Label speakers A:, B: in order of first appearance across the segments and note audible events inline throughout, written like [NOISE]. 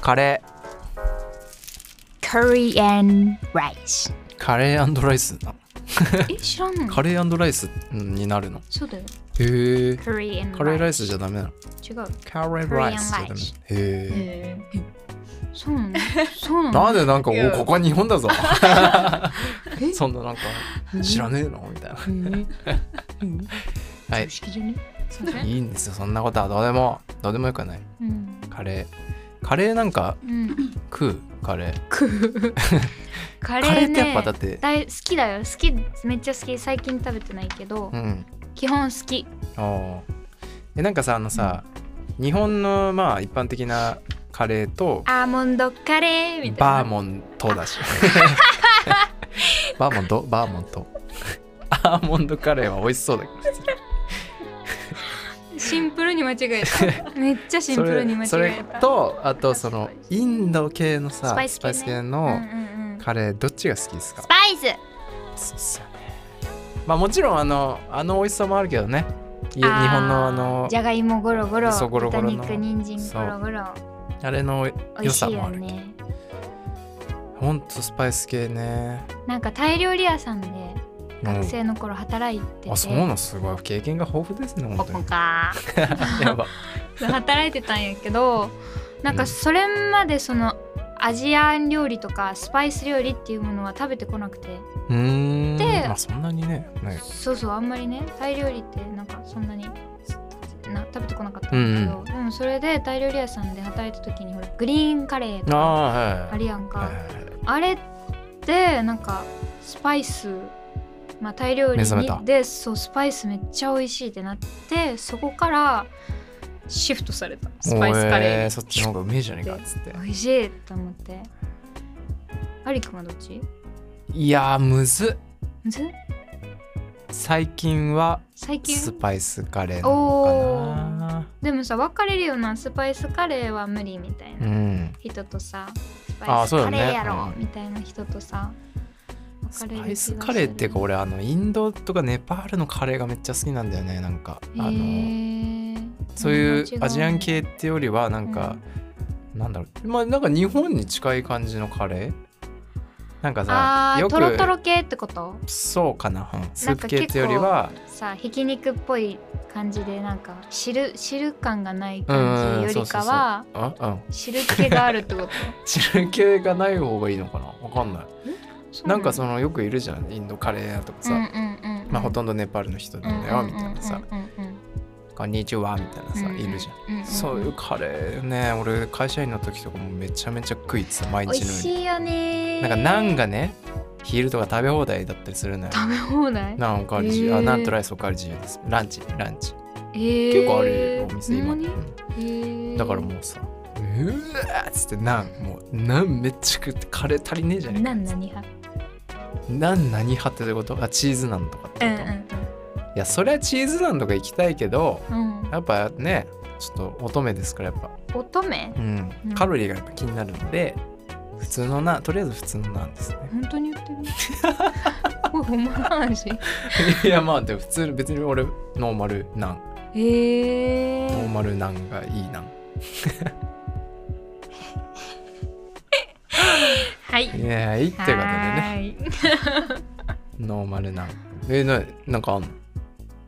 A: カレ
B: Korean rice
A: ーカレーライスな
B: え知らんの
A: カレーライスになるの
B: そうだよ
A: へえ
B: Korean
A: カレーライ
B: rice
A: スじゃダメなの
B: 違う
A: カレーライスじゃダメなの
B: Korean rice
A: へえ
C: へー
B: そうなのそうなの
A: なんでなんかお
C: いや
A: ここは日本だぞ
B: え
A: そんななんか知らねえのみたいなはい
B: 常識じゃねすいません
A: いいんですよそんなことはどうでもどうでもよくはない
B: うん
A: カレーカレーなんか
B: うん
A: 食うカレー
B: カ
A: カ
B: レ
A: レ
B: ー
A: ーってや
B: ね
A: っぱだって
B: 大好きだよ好きめっちゃ好き最近食べてないけど
A: うん
B: 基本好き
A: おーえなんかさあのさ日本のまあ一般的なカレーと
B: アーモンドカレーみた
A: バ
B: い
A: ー
B: な
A: モント
B: [LAUGHS]
A: だしバーモントバーモントアーモンドカレーは美味しそうだけど
B: シンプルに間違え
A: [LAUGHS]
B: ためっちゃシン
A: そ
B: プ
A: れ
B: ルに間違えた
A: それとあとその
B: 確かに
A: インド系のさ
B: ス
A: ス
B: パ
A: パ
B: イ
A: イ
B: ス
A: ス
B: 系ね
A: 系
B: うんう
A: の
B: んうんス
A: カレーどっちが好きですか
B: パイス
A: そうっすよねまあもちろんあのあの美味しさもあるけどねい日
B: あー
A: 本のあの
B: じゃがいもゴロゴロ
A: そうゴロゴロの
B: 豚肉人参ゴロゴロ
A: あれの
B: 美
A: 良
B: 味し
A: さ
B: い
A: も
B: よ
A: ある
B: ね
A: ほんとスパイス系ね
B: なんかタイ料理屋さんで
A: うん
B: 学生の頃働いてて、
A: あそうなのすごい経験が豊富ですね
B: ポ
A: 本当
B: コ
A: に
B: か
A: や
B: [LAUGHS]
A: ば
B: 働いてたんやけどなんかそれまでそのアジアン料理とかスパイス料理っていうものは食べてこなくて
A: うーん
B: で
A: まあそんなにねね
B: そうそうあんまりねタイ料理ってなんかそんなにな食べてこなかったんだけど、
A: うん
B: でもそれでタイ料理屋さんで働いた時にほらグリーンカレーと
A: あ
B: か
A: あは
B: あ
A: い
B: るやんか、
A: はいはいはい
B: あれってなんかスパイスまあタイ料理
A: 目覚めた
B: にでそうスパイスめっちゃ美味しいってなってそこからシフトされたスパイスカレ
A: お
B: ー
A: え
B: に
A: そっちの方がうめえじゃねえかっつって
B: 美味しいと思ってアリくんはどっち
A: いやーむずっ
B: むず
A: 最近は
B: 最近
A: スパイスカレーの方かな
B: でもさ分かれるようなスパイスカレーは無理みたいな、
A: うん
B: 人とさスパ
A: あ
B: イ
A: ー
B: ス
A: そう
B: カ
A: だね
B: レーやろ、
A: うん
B: みたいな人とさ
A: スパイスカレーっていうか
B: れ
A: 俺あのインドとかネパールのカレーがめっちゃ好きなんだよねなんかあの、そういうアジアン系ってよりはなんか、なんだろうまあなんか日本に近い感じのカレーなんか
B: あ
A: さ
B: ー
A: よく
B: トロトロ系ってこと
A: そうかな、うんス
B: な
A: ー
B: ん
A: プ
B: か
A: 系ってよりは
B: さひき肉っぽい感じでなんか汁汁感がない
A: うん
B: 感
A: うん
B: じよりかは
A: あうん
B: 汁気があるってこと
A: 汁気がない方がいいのかなわかんないなんかそ
B: の
A: のよくいるじゃんインドカレー屋とかさ、
B: うんうんうん、
A: まあほ
B: ん
A: とんどネパールの人なんだよみたいなさ
B: うんうんうん
A: 「こんにちは」みたいなさ
B: うん
A: いるじゃん
B: うんうんうん
A: そういうカレーね俺会社員の時とかもめちゃめちゃ食いつ毎
B: 美
A: 日
B: 味
A: のよう
B: し
A: に
B: いよね
A: なんかナンがね昼とか食べ放題だったりするのよ
B: 食べ放題
A: ナンおかわり自由、
B: へ
A: あ
B: ー
A: ナンとライスおかわり自由ですランチランチ
B: 結
A: 結構あるよお店今、うんだから
B: う
A: もうさうわっつってナンもうナンめっちゃ食ってカレー足りねえじゃねえか
B: 何何派
A: ナン何派ってどういうことあチーズナンとかって
B: う
A: こ
B: ん
A: と、いやそりゃチーズナンとか行きたいけど
B: うんうん
A: やっぱねちょっと乙女ですからやっぱ
B: 乙女
A: うん
B: うん、
A: カロリーがやっぱ気になるので普通のなとりあえず普通のなんですね
B: 本当に言ってるおいほんまの話
A: [LAUGHS] いやまあでも普通の別に俺ノーマルナン
B: え
A: ノー
B: ー
A: マルナンがいいナン
B: はい
A: いやいいってことでね
B: はい
A: ノーマルナンえななんかあんの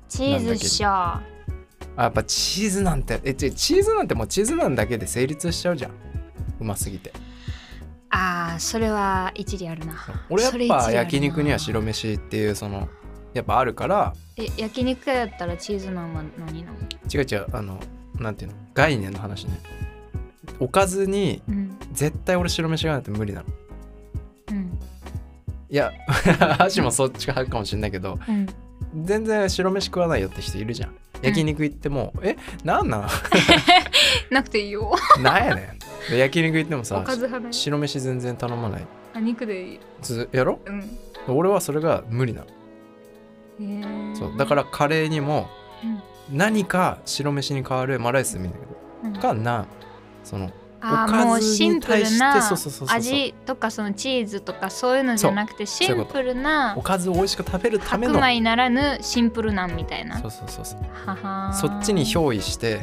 B: チーズっしょあ
A: あやっぱチーズなんてえちチーズなんてもうチーズなんだけで成立しちゃうじゃんうますぎて
B: あーそれは一理あるな
A: 俺やっ
B: それ一理ある
A: ぱ
B: な
A: 焼肉には白飯っていうそのやっぱあるから
B: え焼肉屋だったらチーズナンは何なの
A: 違う違うあのなんていうの概念の話ねおかずに
B: うん
A: 絶対俺白飯がないと無理なの
B: うん
A: いや [LAUGHS] 箸もそっち派かもしれないけど
B: うん
A: 全然白飯食わないよって人いるじゃん焼肉行っても、えなんなん [LAUGHS]
B: なくていいよ
A: なんやねんで焼肉行っても
B: お
A: さ
B: かず派だよ
A: 白飯全然頼まない
B: あ肉でいい
A: つやろ
B: うん
A: 俺はそれが無理なの
B: えー
A: そうだからカレーにも
B: うん
A: 何か白飯に代わるマライスみたいな
B: うん
A: のかなその
B: あ
A: お
B: ーもう
A: かず
B: シン
A: に
B: プ
A: 対
B: ル
A: して
B: な
A: そうそうそうそうそう
B: 味とかそのチーズとかそういうのじゃなくてシ
A: ういう
B: ン
A: こと
B: プルな
A: おかずを美味しく食べるため
B: 白
A: の
B: 米ならぬシンプルなんみたいな
A: そうそうそうそう
B: ははー
A: そっちに憑依して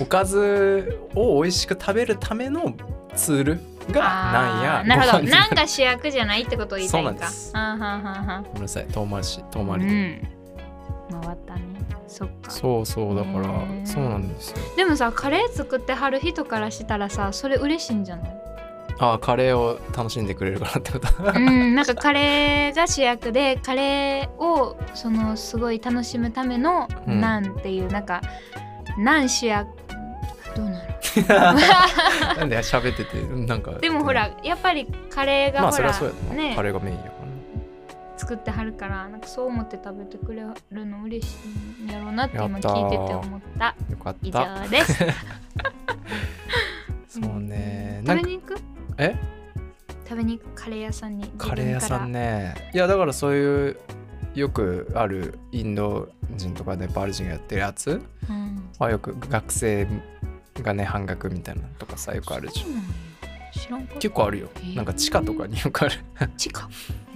A: おかずを美味しく食べるためのツールがなんや
B: あーなる
A: ご
B: ほど
A: 飯
B: なんが主役じゃないってことを言いたいん
A: そうなん
B: か
A: です
B: あはんはんはん
A: ごめんなさい遠回し遠
B: う
A: 回りで、
B: ん回ったねそっか
A: そうそうだから、
B: へー
A: そうなんですよ
B: でもさカレー作ってはる人からしたらさそれ嬉しいんじゃない
A: ああカレーを楽しんでくれるかなってこと
B: [LAUGHS] うん、なんかカレーが主役でカレーをそのすごい楽しむための
A: うん
B: なんていう、なんかなん主役どうなの
A: なんで喋っててなんか
B: でもほらやっぱりカレー
A: ま
B: が
A: あ
B: ほ
A: それ
B: ら、
A: はそうやな、
B: ね
A: カレーがメインやから
B: 作ってはるからなんかそう思って食べてくれるの嬉しいんやろうなって今
A: や
B: 聞
A: ったー
B: いてて思った
A: なよかっ
B: 以
A: た
B: 上です
A: [LAUGHS] そうねなん
B: 食べ
A: か
B: に行く
A: え
B: 食べに行くカレー屋さんに
A: カレー屋さん
B: ね
A: ねいやだからそういうよくあるインド人とかネパール人がやってるやつ
B: うん、
A: はよく学生がね半額みたいなのとかさよくあるじゃん
B: そうなんや知らんかった
A: 結構あるよ
B: へー
A: なんか地下とかによくある [LAUGHS]
B: 地下、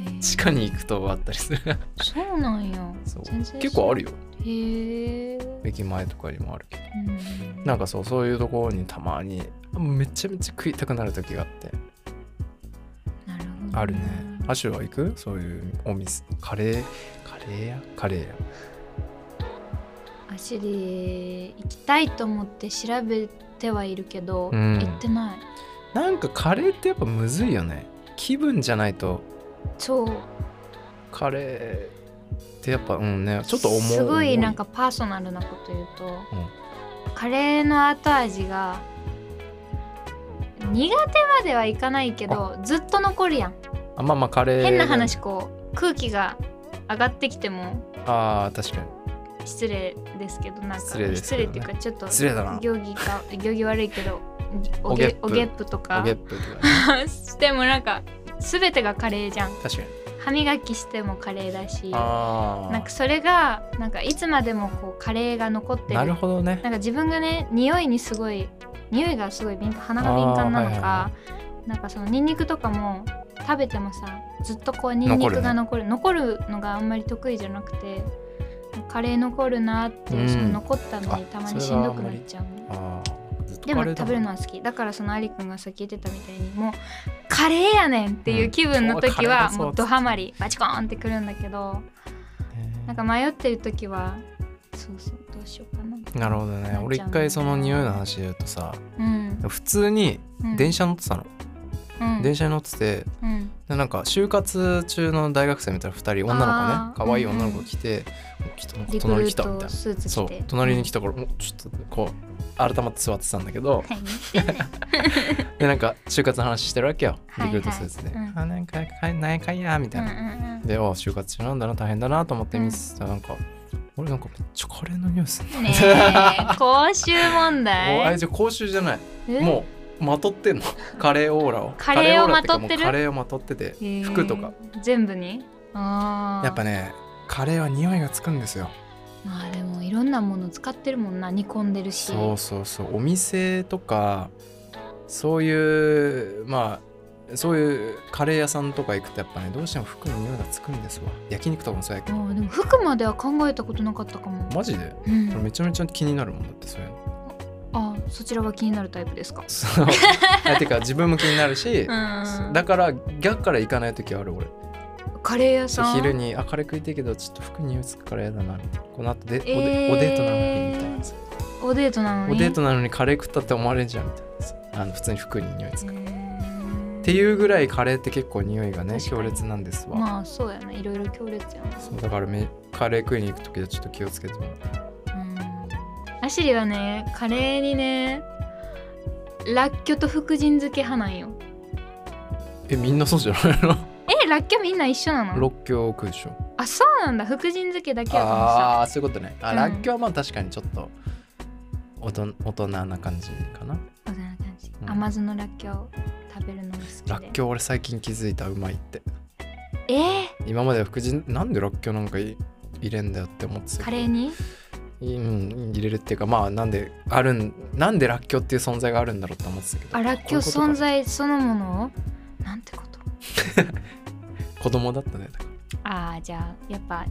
B: へー
A: 地下に行くとあったり [LAUGHS] する
B: そうなんや。
A: そう
B: 全然
A: 結構ある
B: よ。
A: よ
B: へえ。
A: 駅前とかにもあるけど
B: うん
A: なんかそうそういうところにたまにめちゃめちゃ食いたくなる時があって
B: なるほど。
A: あるねアシュは行くそういうお店カレーカレー屋カレー屋
B: アシュリー行きたいと思って調べてはいるけど、
A: うん
B: 行ってない。
A: なんかカレーってやっぱむずいよね気分じゃないと
B: そう。
A: カレーってやっぱうんねちょっと重い
B: すごいなんかパーソナルなこと言うと、
A: ん
B: カレーの後味が苦手まではいかないけどずっと残るやん。
A: あまあまあカレー
B: 変な話こう空気が上がってきても
A: あー確かに
B: 失礼ですけどなんか
A: 失礼です
B: 失
A: け
B: 礼
A: どね
B: っていうかちょっと
A: 失礼だな
B: 行儀か行儀悪いけど
A: [LAUGHS] お
B: お
A: げっ
B: げ
A: ぷ
B: おげっぷと
A: お
B: か
A: ゲップとか、ね、
B: [LAUGHS] してもなんか全てがカレーじゃん
A: 確か
B: [LAUGHS]
A: に
B: 歯磨きしてもカレーだしな
A: あ
B: んかそれがなんかいつまでもこうカレーが残って
A: あ
B: る
A: なるほどね
B: なんか自分がね匂いにすごい匂いがすごい敏感鼻が敏感なのか、
A: あ
B: なんかそのニンニクとかも食べてもさずっとこうニンニクが残る残る,、のがあんまり得意じゃなくてカレー残るなって、
A: うん
B: その残ったのに
A: あ
B: たまにし
A: それ
B: ん
A: はあ
B: ど
A: ん
B: く
A: ま
B: な
A: り
B: っちゃうの
A: あーずっと
B: で
A: カ
B: も
A: レーだ
B: 食べるのは好きだからそのアリくんがさっき言ってたみたいにもうカレーやねんっていう気分の
A: うん今
B: 時は
A: 日はカレーだぞ
B: もうドハマりバチコーンってくるんだけど
A: ね
B: なんか迷ってる時はそうそうどうしようかな
A: なるほどね俺一回その匂いの話で言うとさ
B: うん、
A: 普通に
B: うん、
A: 電車乗ってたの、
B: うん
A: 電車に乗ってて
B: うん
A: でなんか就活中の大学生みたいな2人女の
B: あ
A: 子
B: ー
A: ね可愛い女の子が来て「人の子
B: リク
A: 隣
B: ル
A: 来た」みたい
B: ート
A: な
B: スーツ着て
A: そう隣に来た
B: て、
A: からもうちょっとこう改まって座ってたんだけど
B: はい
A: でなんか就活の話してるわけよ
B: は
A: リ
B: い
A: クルートスーツで
B: はいう
A: 「
B: ん
A: あなんか何やかんや」みたいな。
B: ね
A: で「お就活中なんだな大変だな」と思って見てたらなんか「俺なんかめっちゃカレーの匂いする
B: うんうんうんね
A: [LAUGHS]
B: え公衆問
A: おあれ
B: 題
A: じゃあ口臭じゃない
B: え
A: もうまとって
B: [LAUGHS]
A: んのカレーオーラを
B: カレー
A: カオ
B: を
A: ーラか
B: まとってる
A: もうカレーをまとってて
B: へえ
A: 服とか
B: 全部にああ
A: やっぱねカレーは匂いがつくんですよ
B: まあでもいろんなもの使ってるもんな煮込んでるし
A: そうそうそうお店とかそういうまあそういうカレー屋さんとか行くとやっぱねどうしても服の匂いがつくんですわ焼肉とかもそうやけど
B: ああでも服までは考えたことなかったかも、
A: マジで
B: うん
A: これめちゃめちゃ気になるもんだってそういうの
B: [LAUGHS] ああそちらが気になるタイプですか
A: そうあてか自分も気になるし
B: うん
A: だから逆から行かない時ある俺
B: カレー屋さん
A: 昼にあカレー食いたいけどちょっと服に匂いつくから嫌だなみたいなこの後で、お
B: え
A: でお
B: ー
A: デートなのにみたいなさ
B: おデートなの
A: お
B: に
A: デートなのにカレー食ったって思われんじゃんみたいなさあの普通に服に匂いつく、っ
B: へえ
A: ていうぐらいカレーって結構匂いがね
B: 確か
A: 強
B: に
A: 烈なんですわ、
B: まあそうやないろいろ強烈やな
A: そうだからめカレー食いに行く時はちょっと気をつけてもらって
B: アシリはねカレーにねらっきょうと福神漬け派なんよ
A: えみんなそうじゃない [LAUGHS] の
B: えらっきょうみんな一緒なの
A: 六強食うでしょ
B: あそうなんだ福神漬けだけやと思ってた
A: ああーそういうことねあ、
B: うん
A: らっきょうはまあ確かにちょっとおと大人な感じかな
B: そんな感じ
A: うん
B: 甘酢のらっきょう食べるのが好きで
A: らっきょう俺最近気づいたうまいって
B: えー、
A: 今までは福神なんでらっきょうなんかい入れんだよって思ってたけど
B: カレーに
A: うん、入れるっていうかまあなんであるんなんでらっきょうっていう存在があるんだろうって思ってたけど
B: あらっきょ
A: こい
B: う存
A: ことか
B: 在そのものをなんてこと
A: 子供だったねだから
B: あーじゃあやっぱ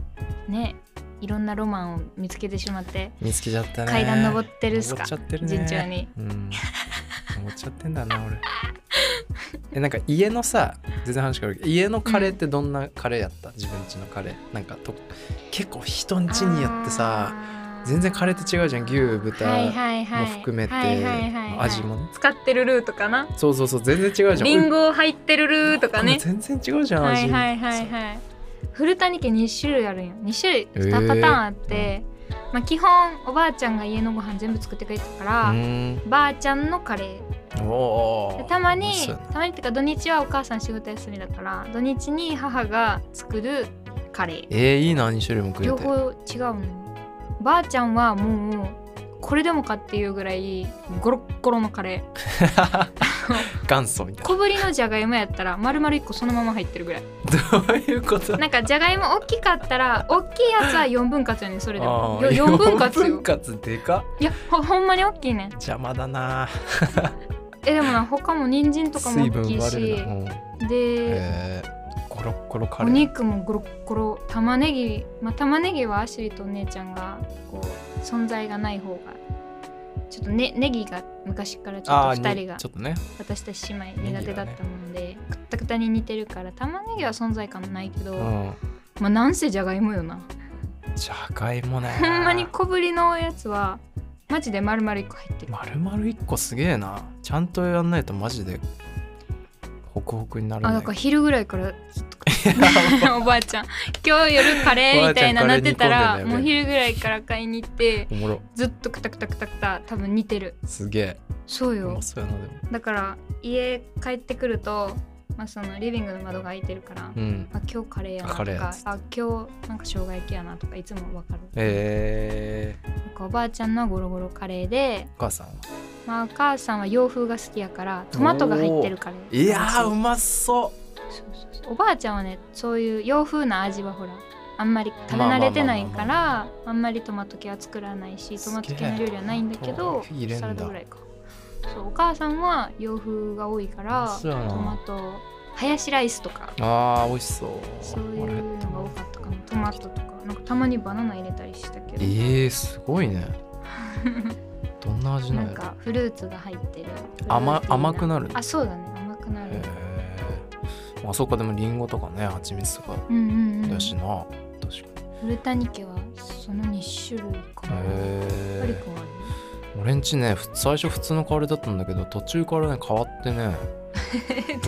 B: ねいろんなロマンを見つけてしまって
A: 見つけちゃったね
B: 階段登ってるっすか
A: 登っちゃってるね
B: 順調に
A: うん登っちゃってんだな俺えなんか家のさ全然話変わるけど家のカレーってどんなカレーやった、自分家のカレーなんかと結構人ん家によってさ
B: あー
A: 全然カレーって違うじゃん牛豚
B: はいはいはい
A: も含めて
B: はいはいはいはい
A: 味もね
B: 使ってるルートかな
A: そうそうそう全然違うじゃん
B: リンゴ入ってるルートかね
A: 全然違うじゃん
B: は
A: 味
B: いはいはいはい古谷家2種類あるんよ2種類2パターンあって、まあ、基本おばあちゃんが家のご飯全部作ってくれてたから、
A: うーん
B: ばあちゃんのカレー
A: お
B: で
A: ー
B: たま
A: 美味し
B: に
A: そうやな
B: たまにってか土日はお母さん仕事休みだから土日に母が作るカレー
A: えー、いいな2種類も食えて
B: 両方違うのよばあちゃんはもうこれでもかっていうぐらいゴロッゴロのカレー
A: 元祖みたい
B: 小ぶりのじゃがいもやったら丸々1個そのまま入ってるぐらい
A: などういうこと
B: なんかじゃがいも大きかったら大きいやつは4分割よねそれでも
A: あー
B: 4分割
A: 四
B: よ
A: 分割でかっ
B: いやほほんまに大きいねん
A: 邪魔だな
B: えでもな他も人参とかも
A: 水
B: 大
A: 分
B: きい
A: 割れ
B: し
A: るなうん
B: で、
A: えー、コロッコロカ
B: お
A: レー
B: 肉もゴロッゴロ玉ねぎまあ玉ねぎはアシュリーとお姉ちゃんがこう存在がない方がちょっとねネギが昔からちょ
A: あ
B: っ
A: ー
B: と
A: に
B: 2人が
A: ちょっとね
B: 私たち姉妹苦手だったものでくったくたに似てるから玉ねぎは存在感もないけど、
A: うん
B: まあなんせじゃがいもよな
A: じゃがいもね
B: ほんまに小ぶりのやつはマジで丸々1個入ってる
A: 丸々一個すげえなちゃんとやんないとマジでホクホクになる
B: あ
A: ね
B: だから昼ぐらいから
A: や [LAUGHS]
B: おばあちゃん今日夜カレーみたいな
A: おば
B: な
A: あちゃんカレー煮込んで
B: ってた
A: んだよ
B: ら
A: ね
B: もう昼ぐらいから買いに行って
A: おもろ
B: ずっとくたくたくたくた多分似てる
A: すげえ
B: そう
A: う
B: よ
A: まそうやなでも
B: だから家帰ってくると、まあ、そのリビングの窓が開いてるから、
A: うん
B: あ今日カレーやなと
A: カレーや
B: か
A: つ
B: あ今日なんか生姜焼きやなとかいつもわかる、
A: えー、
B: なんかおばあちゃんのはゴロゴロカレーで、
A: お母さんは
B: まあ、お母さんは洋風が好きやからトマトが入ってるカレー
A: いやーうまそ
B: そうそうそうおばあちゃんはねそういう洋風な味はほらあんまり食べ慣れてないか
A: ま
B: らあんまりトマト系は作らないしトマト系の料理はないんだけど
A: すげえ入れんだ
B: サラダぐらいかそうお母さんは洋風が多いから
A: そう
B: ト
A: やな
B: マトハヤシライスとか
A: うあー美味しそう
B: そういうのが多かったかなトマトとかなんかたまにバナナ入れたりしたけど
A: えー、すごい
B: [LAUGHS]
A: ねどんな味な
B: なんん
A: やろ
B: かフルーツが入ってる
A: 甘甘く
B: る
A: なる
B: あそうだね甘くなる
A: へえまあそっかでもリンゴとかね蜂蜜とか
B: うんうんうん
A: だしな、確か
B: 古谷家はその2種類か
A: に
B: なパリ
A: へえ
B: コはある
A: 俺んちねふ最初普通のカレーだったんだけど途中からね変わってね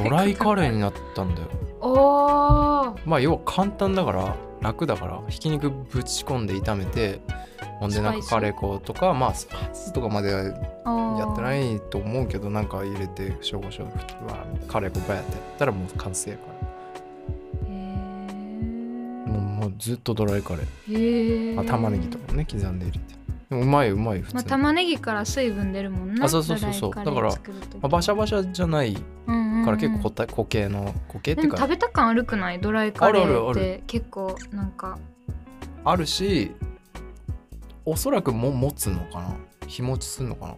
A: ドライカレーになったんだ [LAUGHS] よ
B: [LAUGHS] おー
A: まあ要は簡単だから楽だからひき肉ぶち込んで炒めてほんでなん
B: スパイス
A: かカレー粉とかまあスパイスとかまでやってないいと思うけどなんか入れて紹興酒をふわーカレー粉ばやってやったらもう完成やからもうもうずっとドライカレー
B: へえ
A: まあ、玉ねぎとかもね刻んで入れてでもうまいうまい普
B: まあ、
A: 通に、ま
B: 玉ねぎから水分出るもんな
A: あそうそうそうそう
B: ドライカレー作ると
A: あ、バシャバシャじゃないか
B: うんうんうん
A: ら結構固体固形の固形ってい
B: で
A: う
B: も食
A: か
B: べた感あるくないドライカレ
A: ある
B: ー
A: あるあ
B: って結構なんか
A: あるしおそらくも持つのかな日持ちするのかな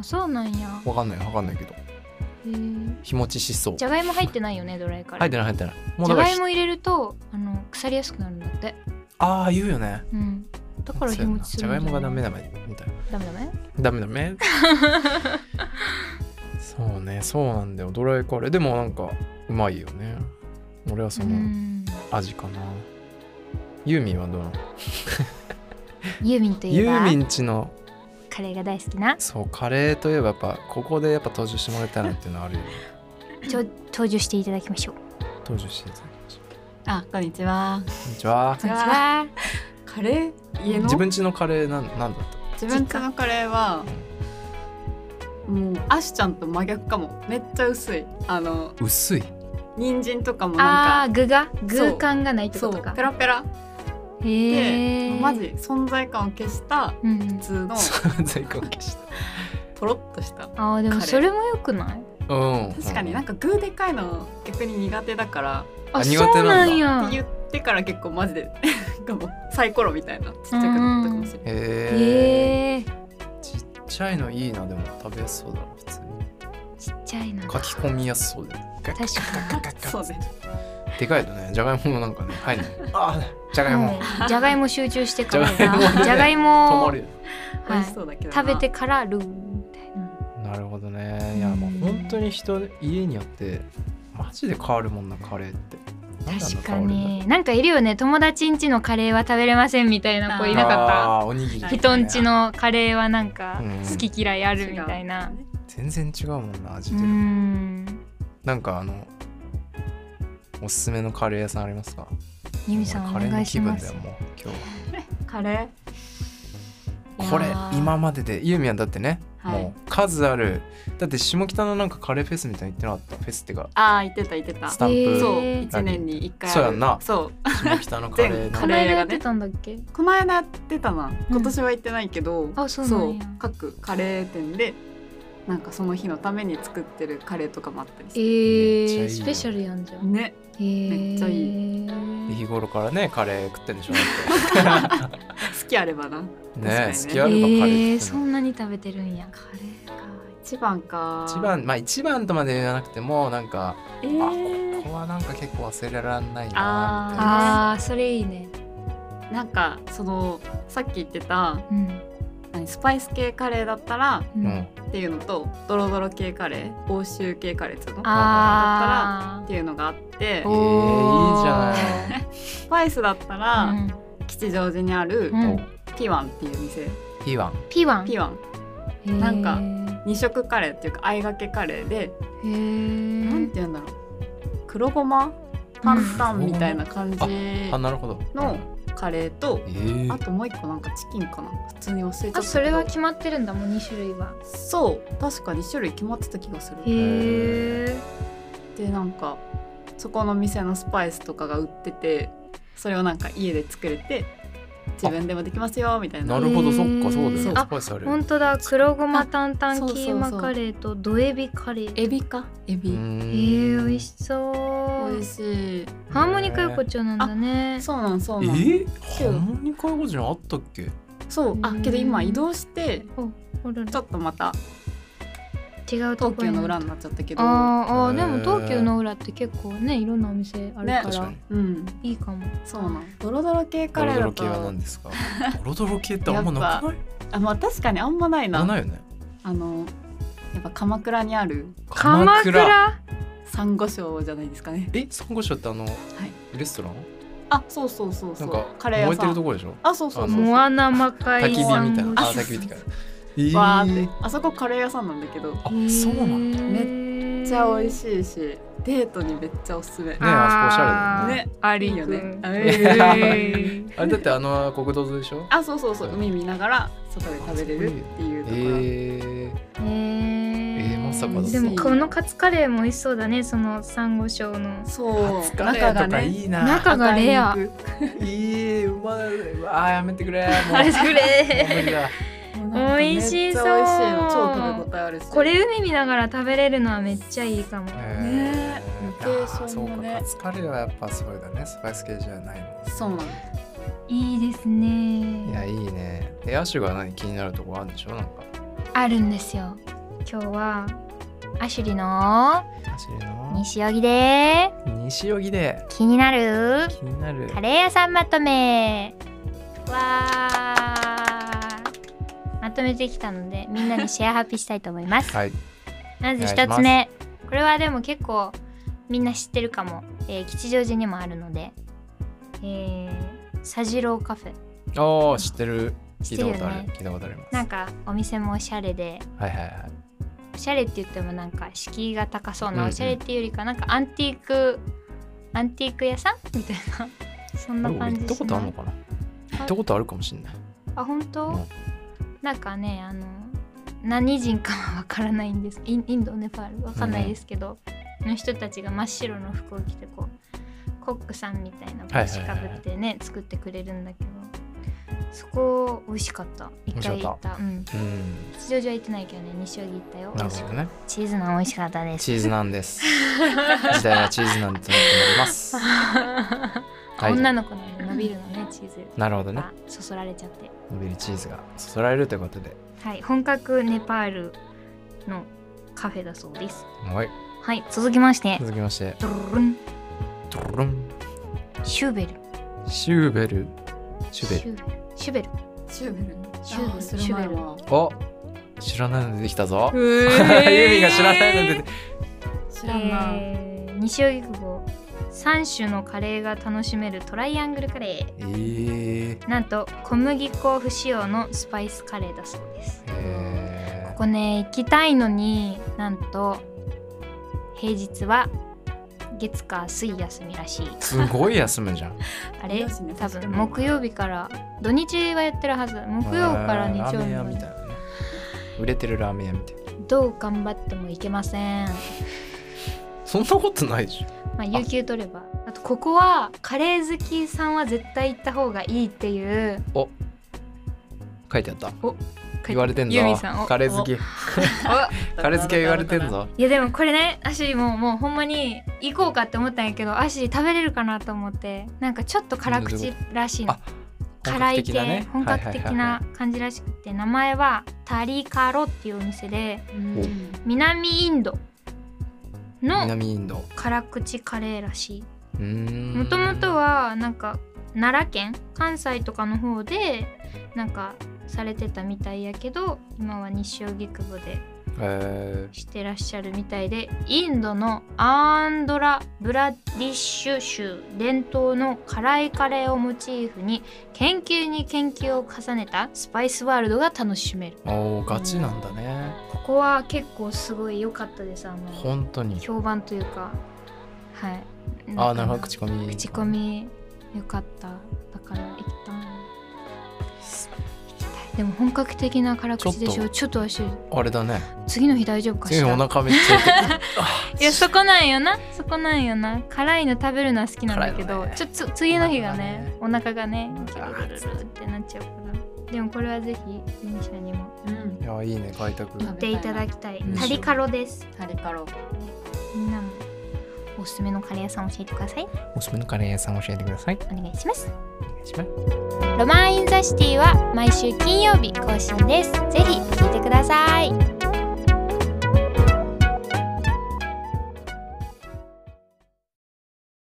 B: あそうなんや
A: わかんないわかんないけど
B: へー
A: 日持ちしそう
B: じゃがいも入ってないよねドライカレ
A: 入っ
B: ー
A: てない入ってないもう
B: じゃ
A: だから
B: がいも入れるとあの腐りやすくなるんだって
A: ああ言うよね
B: うんだから日
A: そうや
B: 持
A: な
B: ちす
A: じ
B: る
A: ゃ
B: ん
A: が
B: だ
A: い
B: よね
A: もがダメだめみたいな
B: ダメダメ
A: ダメダ
B: [LAUGHS]
A: メそうねそうなんだよドライカレーでもなんかうまいよね俺はそうの
B: ん
A: 味かな、ユーミンはどうなの
B: ユーミンといえ
A: ユー
B: ば
A: ミンちの
B: カレーが大好きな
A: そうカレーといえばやっぱここでやっぱ登場してもらいたいなっていうのはある [LAUGHS] よね
B: ちょ登場していただきましょう
A: 登場していただきましょう
C: あ、こんにちは。
A: こんにちは
B: こんにちは
C: カレー家の
A: 自分家のカレーなんなんだった
C: 自分家のカレーはもうアシちゃんと真逆かも。めっちゃ薄い。あの
A: 薄 [LAUGHS] い
C: 人参とかもな
B: あ
C: ん
B: ー具が
C: そう
B: 具感がないっ
C: か
B: て
C: そ
B: こと
C: う
B: か
C: ペラペラ
B: へ
C: で、
B: え
C: マジ存在感を消した
B: うん
C: 普通の
A: 存在感を消した
C: ポロっとした。
B: あーで
C: カ
B: も
C: レー
B: それもよくない
A: うん
C: 確かになん
A: か
C: か具でかいの逆に苦手だから
A: あ
B: あ
A: 苦手
B: そ
A: なんだ
B: うなん
C: って
B: や
C: 言ってから結構マジで [LAUGHS] なんかもうサイコロみたいなちっちゃくなったかもしれな
A: へ
C: い。
A: え
B: へえ
A: ちっちゃいのいいなでも食べやすそうだな普通に
B: ちっちゃいな
A: 書き込みやすそうだよねガッ
B: 確か
A: ガッガッガッガッ
C: そうね。
A: でかいとねじゃがいももなんかね入んないあじゃがいも
B: じゃがいも集中してから
A: じゃがいもね
B: じゃがい
A: 止
B: も
A: ま
B: を
A: るよ
C: 美
B: はい
C: 味しそうだけどな
B: 食べてからルーみたいな
A: なるほどねいやもう本当に人家によってマジで変わるもんなカレーってなんであんな
B: 確か
A: 変わるんだろう
B: になんかいるよね友達ん家のカレーは食べれませんみたいな子いなか
A: あーおにぎりと
B: っ
A: か
B: た
A: ね
B: 人ん家のカレーはなんか
A: うん
B: 好き嫌いあるみたいな
A: 全然違うもんな味
B: う
A: で、
B: ん
A: なんかあのおすすめのカレー屋さんありますか
B: 由美さんお
A: カレー
B: 願
A: の
B: いし
A: 気分だ
B: ます
A: よもう今日
C: カレ
A: はこれ
B: いやー
A: 今まででゆみはだってね、
C: ーは
A: も
C: いう
A: 数あるだって下北のなんかカレーフェスみたいに行ってなかったフェスってか
C: ああ言ってた言ってた
A: スタンプ、
B: えー
C: そう
B: 何
C: 1年に1回あ
A: そ
C: る
A: うやんな
C: そう
A: 下北のカ
B: [LAUGHS]
A: レー
C: 全
A: の
B: こ
C: カ
B: の間
C: レー
B: や
C: がね
B: ってたんだっけ
C: この間やってたな今年は行ってないけど、
B: あそうなんや
C: 各カレー店でなんかその日のために作ってるカレーとかもあったりし
B: え
C: て、
A: めっちゃいいよ
B: ー、スペシャルやんじゃん
C: ね
B: えー、
C: めっちゃい
A: 日頃からねカレー食ってん
B: [LAUGHS]
A: でしょ
C: 好きあればな
A: ねえ
C: 確かにね
A: 好きあればカレ
B: え
A: ー食
B: ー、
A: って
B: そ
A: んの
B: んなに食べてるんや
C: カレーか一番か
A: 一番まあ一番とまで言わなくてもなんか、
C: え
A: あ
C: ー
A: ここはなんか結構忘れられないなみたいな
B: あーそれいいね
C: なんかそのさっき言ってた
B: うん
C: 何スパイス系カレーだったら
B: う
A: うんん
C: っていうのとドロドロ系カレー欧州系カレーっつうのっ
B: あ
C: ていうのがあって
A: え
B: お
A: ー、いいじゃない
C: スパイスだった
B: あ
C: ら、
B: うん、
C: 吉祥寺にある
B: うん
C: ピワンっていう店、
A: ピワン
B: ピワン
C: ピワン
B: へー
C: なんか二色カレーっていうかあいがけカレーで、
B: へ
C: なん
B: ー
C: て言うんだろう黒ごま担々みたいな感じ
A: あなるほど
C: のカレーと
A: えー、
C: あともう一個なんかチキンかな普通に忘れちゃったけど
B: あそれは決まってるんだもん2種類は
C: そう確かに種類決まってた気がする
B: へ
A: へ
B: え
C: でなんかそこの店のスパイスとかが売っててそれをなんか家で作れて自分でもできますよみたい
A: な
C: な
A: るほど、
B: えー
A: そっか、そうです
C: そう
A: スパイスある。
B: 本当だ黒ごま担
C: そ
B: 々
C: うそうそう
B: キーマカレーとドエビカレー
C: エビかエビ、
B: え
A: え
B: ー、美味しそう
C: 美味しい
B: ハーモニカ横丁なんだね
C: そうなんそう
A: え
C: なん、
A: ー、ハーモニカ横丁あったっけ？
C: そうあけど今移動して
B: ほら
C: ちょっとまた
B: 違うと
C: 東
B: こ
C: 急
B: や
C: の裏になっちゃったけど
B: あーあー
A: へー
B: でも東急の裏って結構ねいろんなお店ある
C: ね
B: か
A: 確
B: ら、
A: かに。
C: うん
B: いいかも
C: そうなんドロドロ系
A: ド
C: カレ
A: ロド
C: ーだ
A: ロ系は
C: と
A: 何 [LAUGHS] ですか？ドロドロ系ってあんまなくない？
C: あまあ確かにあんまないな
A: なないよね。
C: あのやっぱ鎌倉にある
B: 鎌倉
C: サンゴ礁じゃないですかね
A: え、サンゴ礁ってあの、レストラン？
C: あそうそうそうそ
A: なん
C: う
A: か
C: カ
A: 燃
C: レー屋
A: えて
C: さ
A: ると
C: ん
A: こでしょ？
C: あそうそうそうそう
B: モアナマカ
A: 焚き
B: イ
A: 火み
B: サ
A: たい
B: ン
A: な。
B: ゴ
A: あ、
B: 礁
A: 焚き火ってか。えー、
C: わ
A: あ
C: ーってあそこカレー屋さんなんだけどめっ
A: そうなんだ。
B: だめ
C: ちゃ美味
B: い
C: しいしデートにめっちゃおすすめ
A: ねあそこおしゃれだよね
C: ね
B: あ
C: い
B: り
C: いよね
A: [LAUGHS]
C: あ
B: [LAUGHS] え
A: あれだってあの国道沿いでしょ？
C: あそうそうそう海見ながら外で食べれるっていうところ、
A: え
B: え
A: えーまさか
C: だ
B: でもこのカツカレーも美味しそうだねそのサンゴ礁の
A: ー、
C: そう
A: カレー
C: 中が
A: とか
C: ね
A: いいな。
B: 中がレア
C: 赤い肉
A: いい、うまいうわあやめて
B: [LAUGHS]
A: くれ。もう
B: あれく
A: もう無理
B: れ
A: だ
B: 美味しそう
C: めっちゃ美味しいの超食べ応えあるし
B: これ海見ながら食べれるのはめっちゃいいかも
A: ね
C: ロケーションもね
A: あーそうかカツカレーはやっぱそうだねスパイス系じゃないも
C: そうなん
B: いいです
A: んいや
B: ね
A: いいねエアシュが何気になるとこあるんでしょなんか
B: あるんですよ今日はアシュリの
A: 走るの
B: 西荻で
A: 西荻で
B: 気になる
A: 気になる
B: カレー屋さんまとめわーまとめてきたのでみんなにシェアハピしたいと思
A: [LAUGHS]
B: います、
A: はい
B: まず
A: お願いし
B: 一
A: ます
B: つ目これはでも結構みんな知ってるかも、えー吉祥寺にもあるので、えー、サジローカフェ
A: ああ知ってる聞いたことあ
B: 知っ
A: る
B: てるよね
A: 聞いたことあります
B: なんかお店もおしゃれで
A: はいはいはい
B: おしゃれって言ってもなんか敷居が高そう
A: うん
B: な
A: うん
B: おしゃれっていうよりかなんかアンティーク、アンティーク屋さんみたいなそんな
A: 俺
B: 感
A: 行
B: じ
A: った
B: し
A: ことあ
B: な
A: る
B: い
A: のかな行ったことあるかもしれない
B: あ本当、
A: うん
B: なんかねあの何人かはわからないんですインインドネパールわかんないですけど、の人たちが真っ白の服を着てこうコックさんみたいな帽子かぶってね、作ってくれるんだけどそこ美味しかった一回行ったうん
A: うん
B: 吉祥寺は行ってないけどね西荻行ったよ
A: なるほどね
B: チーズナン美味しかったです
A: チーズなんです時代はチーズなんとなっております
B: [LAUGHS]
A: はい
B: 女の子なのに伸びるのねチーズ
A: なるほどね
B: がそそられちゃって
A: 伸びるチーズがそそられるということで
B: はい本格ネパールのカフェだそうです
A: はい
B: はい続きまして
A: 続きまして
B: ドルルン
A: ドロン
B: シューベル
A: シューベルシューベルシュベル
B: ルシュベル
C: シューベル
B: シューベル
C: あーそれ前は
A: あ知らないの出てきたぞ、
B: え
A: [LAUGHS]
B: [LAUGHS]
A: ユミが知らないの出て
C: 知らんな、
B: えー西荻窪3種のカレーが楽しめるトライアングルカレ
A: えー、
B: ーなんと小麦粉不使用のスパイスカレーだそうです
A: え
B: ここね行きたいのになんと平日は月火水休みらしい
A: ー、すごい休むじゃん
B: あれ
C: 休み
B: 多
C: 確か
B: 分
C: に
B: 木曜日から土日はやってるはず木曜から日
A: あーラーメン
B: 曜
A: 屋み
B: 日
A: たいなね売れてるラーメン屋みたいな
B: どう頑張っても行けません
A: そんなことないでしょ
B: まあ有給取ればあとここはカレー好きさんは絶対行った方がいいっていう
A: 書いてあった言われてん
B: ユミ
A: ぞ
B: さんを
A: カレー好きカレー好きは言われてんぞ
B: いやでもこれねアシュリーももうほんまに行こうかって思ったんやけどアシュリー食べれるかなと思ってなんかちょっと辛口らしいの
A: あ
B: 辛い系本格的
A: は
B: な感じらしくて名前はタリカロっていうお店で
C: うん
B: 南インド
A: いはいはい
B: の
A: 南インド
B: 辛口カレーらしい
A: も
B: もともとはなんか奈良県関西とかの方でなんかされてたみたいやけど今は西荻窪で
A: え
B: してらっしゃるみたいでインドのアーンドラ・ブラディッシュ州伝統の辛いカレーをモチーフに研究に研究を重ねたスパイスワールドが楽しめる
A: ー、おーガチなんだね
B: ここは結構すごい良かったですあの
A: 本当に
B: 評判というかはい
A: あーなるほど口コミ
B: 口コミ良かっただから行きたい行きたいでも本格的な辛口でしょちょっと足
A: あれだね
B: 次の日大丈夫かし
A: 次
B: ら
A: お腹めっちゃ痛い
B: いやそこなんよなそこなんよな辛いの食べるのは好きなんだ
A: 辛
B: け
A: い
B: ど、
A: のね
B: ちょっと次の日がねお腹がね
A: うん
B: キュルルルルってなっちゃうからでもこれはぜひミシャにも
C: う
B: [LAUGHS]
C: ん
A: いやいいね開拓
B: 行っていただきたい
A: うん
B: タリカロです
C: タリカロ
B: みんなもおすすめのカレー屋さん教えてください
A: おすすめのカレー屋さん教えてください
B: お願いします
A: お願いします
B: ロマンインザシティは毎週金曜日更新ですぜひ聞いてください